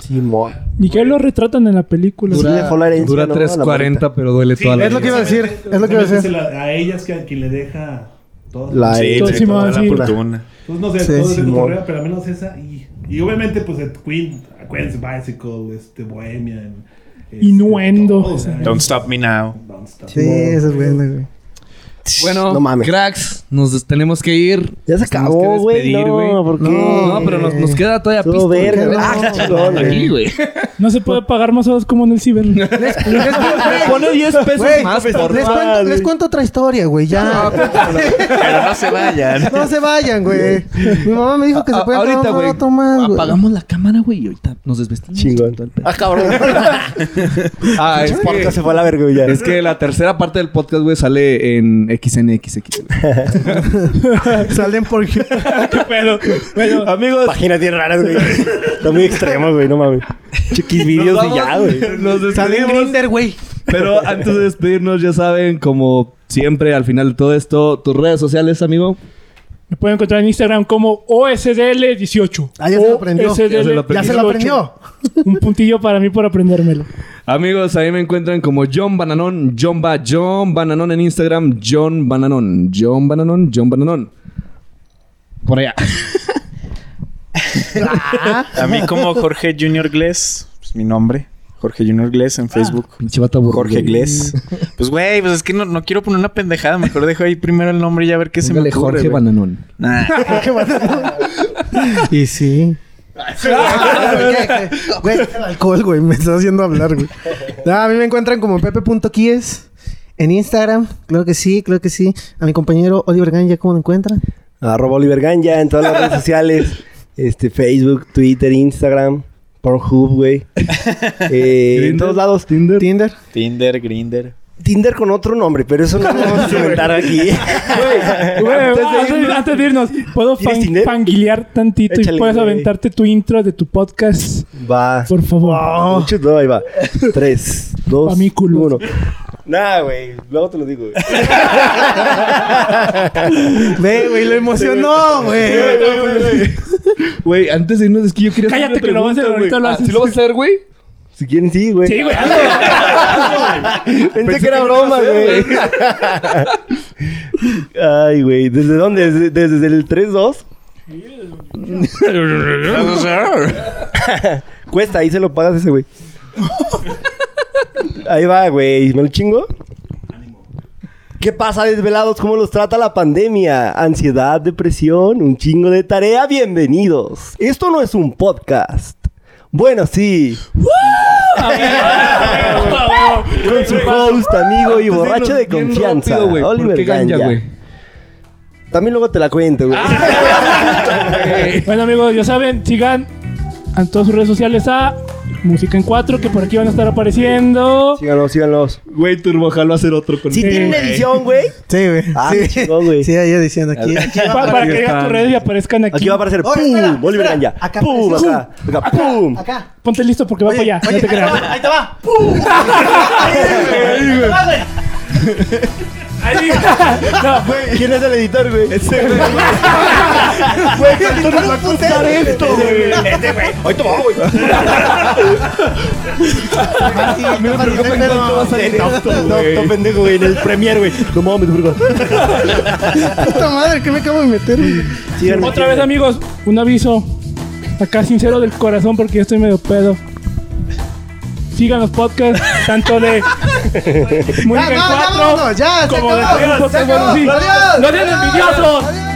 Speaker 3: Simón.
Speaker 2: ¿Y qué lo retratan en la película?
Speaker 3: Sí, le dejó la herencia,
Speaker 1: Dura
Speaker 3: ¿no? A la
Speaker 1: 3.40, pero duele toda la
Speaker 4: es lo que
Speaker 1: vida.
Speaker 4: iba a decir, es lo que iba a
Speaker 6: Justamente
Speaker 4: decir.
Speaker 6: se la- a ellas que a quien le deja todo.
Speaker 3: La-
Speaker 5: Sí,
Speaker 2: Todo
Speaker 5: le-
Speaker 2: encima,
Speaker 5: toda la
Speaker 2: sí.
Speaker 5: fortuna.
Speaker 6: Pues no sé,
Speaker 4: Sí,
Speaker 6: todo es de
Speaker 3: Simón.
Speaker 6: cotorreo, pero al menos esa. Y, y obviamente, pues el Queen, Queen's Bicycle, este Bohemian. este,
Speaker 2: Innuendo.
Speaker 6: todo, o sea,
Speaker 5: Don't stop me now.
Speaker 6: Don't Stop.
Speaker 4: Sí, esa es buena, güey.
Speaker 1: Bueno,
Speaker 3: No mames.
Speaker 1: cracks, nos des- tenemos que ir.
Speaker 3: Ya se
Speaker 1: Nos tenemos
Speaker 3: acabó,
Speaker 1: que
Speaker 3: güey.
Speaker 1: despedir,
Speaker 3: No,
Speaker 1: güey.
Speaker 3: ¿por qué?
Speaker 1: No, no, pero nos, nos queda todavía
Speaker 3: Estuvo verga,
Speaker 1: güey.
Speaker 3: ¿no?
Speaker 1: Ah, qué
Speaker 3: chingón, güey.
Speaker 1: Aquí, güey.
Speaker 2: No se puede pagar más horas como en el ciber.
Speaker 1: Pone 10 pesos
Speaker 4: Güey,
Speaker 1: más,
Speaker 4: les,
Speaker 1: por
Speaker 4: cuento-
Speaker 3: favor.
Speaker 4: les cuento otra historia, güey. Ya.
Speaker 5: Pero no se vayan.
Speaker 4: No se vayan, güey. Mi mamá me dijo que se
Speaker 1: A-
Speaker 4: puede
Speaker 1: Ahorita,
Speaker 4: tomar un
Speaker 1: güey.
Speaker 4: rato más, güey.
Speaker 1: Apagamos la cámara, güey, y ahorita nos desvestimos.
Speaker 3: Chingón.
Speaker 1: Todo el pedo.
Speaker 3: Ah, cabrón.
Speaker 1: Ah, es
Speaker 3: El podcast
Speaker 1: que,
Speaker 3: se fue a la verga, güey. ya.
Speaker 1: es que la tercera parte del podcast, güey, sale en XNXX.
Speaker 4: Salen por
Speaker 2: Pero, bueno,
Speaker 3: Amigos. Páginas bien raras, güey. Está muy extremo, güey. No mames. Chiquis videos y ya, güey.
Speaker 1: Nos
Speaker 4: Salen
Speaker 1: despedimos.
Speaker 4: Grinder, güey.
Speaker 1: Pero antes de despedirnos, ya saben, como siempre, al final de todo esto, tus redes sociales, amigo.
Speaker 2: me pueden encontrar en Instagram como OSDL18.
Speaker 4: Ah, ya se lo aprendió.
Speaker 1: Ya se lo
Speaker 4: Ya se lo aprendió.
Speaker 2: Un puntillo para mí por aprendérmelo.
Speaker 1: Amigos, ahí me encuentran como John Bananón, John Ba, John Bananón en Instagram, John Bananón, John Bananón, John Bananón. Por allá.
Speaker 5: A mí como Jorge Junior Gless, pues, mi nombre. Jorge Junior Gless en Facebook.
Speaker 1: Chivata burro,
Speaker 5: Jorge
Speaker 1: güey.
Speaker 5: Gless. Pues güey, pues es que no, no quiero poner una pendejada. Mejor dejo ahí primero el nombre y ya ver qué se me
Speaker 1: Póngale
Speaker 5: ocurre.
Speaker 1: Jorge
Speaker 5: güey.
Speaker 1: Bananón.
Speaker 5: Nah.
Speaker 4: Y sí. Güey, el alcohol, güey. Me está haciendo hablar, güey. No, a mí me encuentran como pepe.kies. En Instagram, claro que sí, claro que sí. A mi compañero Oliver Ganja, ¿cómo lo encuentran?
Speaker 3: Arroba Oliver Ganja en todas las redes sociales. Este, Facebook, Twitter, Instagram, Pornhub, güey. Eh, en todos lados.
Speaker 1: Tinder.
Speaker 4: Tinder.
Speaker 5: Tinder, Grinder.
Speaker 3: Tinder con otro nombre, pero eso no lo vamos a comentar aquí.
Speaker 2: Güey,
Speaker 3: Antes de
Speaker 2: antes, de
Speaker 3: irnos-
Speaker 2: antes de irnos, ¿puedo
Speaker 3: ¿Quieres
Speaker 2: fan-
Speaker 3: Tinder?
Speaker 2: fanguilear tantito
Speaker 3: Échale,
Speaker 2: y puedes
Speaker 3: güey.
Speaker 2: aventarte tu intro de tu podcast?
Speaker 3: Va.
Speaker 2: Por favor.
Speaker 1: Oh.
Speaker 3: Mucho, no, ahí va. Tres, dos,
Speaker 2: Pa' mi culo.
Speaker 3: uno. Nah, güey. Luego te lo digo, güey.
Speaker 4: Ve, güey, lo emocionó,
Speaker 1: Eh,
Speaker 4: güey.
Speaker 1: Güey, antes de irnos, es que yo quería
Speaker 2: Cállate, que lo vas a hacer, ahorita lo haces.
Speaker 1: Ah, ¿Sí lo vas a hacer, güey?
Speaker 3: Si quieren, sí, güey.
Speaker 2: Sí, güey.
Speaker 3: Pensé, que era broma, güey. Ay, güey. ¿Desde dónde? ¿Desde, desde el 3-2? Cuesta, ahí se lo pagas ese, güey. ahí va, güey. ¿Me lo chingo? ¿Qué pasa, desvelados? ¿Cómo los trata la pandemia? Ansiedad, depresión, un chingo de tarea. Bienvenidos. Esto no es un podcast. Bueno, sí. Con su host,
Speaker 1: Pues,
Speaker 3: amigo y borracho de confianza. Oliver Ganja. Ah, También luego te la cuento, güey.
Speaker 2: Bueno, amigos, ya saben, sigan en todas sus redes sociales a Música en 4, que por aquí van a estar apareciendo.
Speaker 3: Síganlos, síganlos.
Speaker 1: Güey, Turbo Hal va a hacer otro con
Speaker 3: Si tienen edición, güey.
Speaker 4: Sí, güey.
Speaker 3: Ah,
Speaker 4: sí.
Speaker 3: qué chingón, güey.
Speaker 4: Sí, ahí diciendo aquí. aquí
Speaker 2: Pa- para, que veas tus redes y aparezcan aquí.
Speaker 3: Aquí va a aparecer
Speaker 4: Oye,
Speaker 3: ¡Pum!
Speaker 4: espera,
Speaker 3: Oliver
Speaker 4: espera.
Speaker 3: Ganja.
Speaker 4: Acá
Speaker 3: ¡Pum!
Speaker 4: apareció.
Speaker 3: Acá. Acá, ¡Pum!
Speaker 4: Acá.
Speaker 2: Ponte listo porque va para allá. no te creas.
Speaker 4: ahí te va.
Speaker 2: Ahí- no, güey.
Speaker 3: ¿Quién es el editor, güey? Ese, güey.
Speaker 2: ¿Cuánto nos va a costar esto, güey?
Speaker 3: Hoy tomamos, güey. Mira,
Speaker 4: fácil,
Speaker 3: pendejo,
Speaker 4: pendejo.
Speaker 3: ¿cuánto va a salir? Doctor pendejo, güey, en el premier, güey. No mames, burgo.
Speaker 4: Puta madre, que me acabo de meter? güey?
Speaker 3: Síganme.
Speaker 2: Otra vez, amigos, un aviso. Acá sincero del corazón porque yo estoy medio pedo. Sigan los podcasts, tanto de Muy
Speaker 4: Ya, no, ya, vámonos, ya, se
Speaker 2: como de
Speaker 4: acabó,
Speaker 2: Fierro,
Speaker 4: se
Speaker 2: bueno,
Speaker 4: acabó.
Speaker 2: sí.
Speaker 4: Adiós,
Speaker 2: ¡No sean
Speaker 4: adiós,
Speaker 2: envidiosos!
Speaker 4: adiós.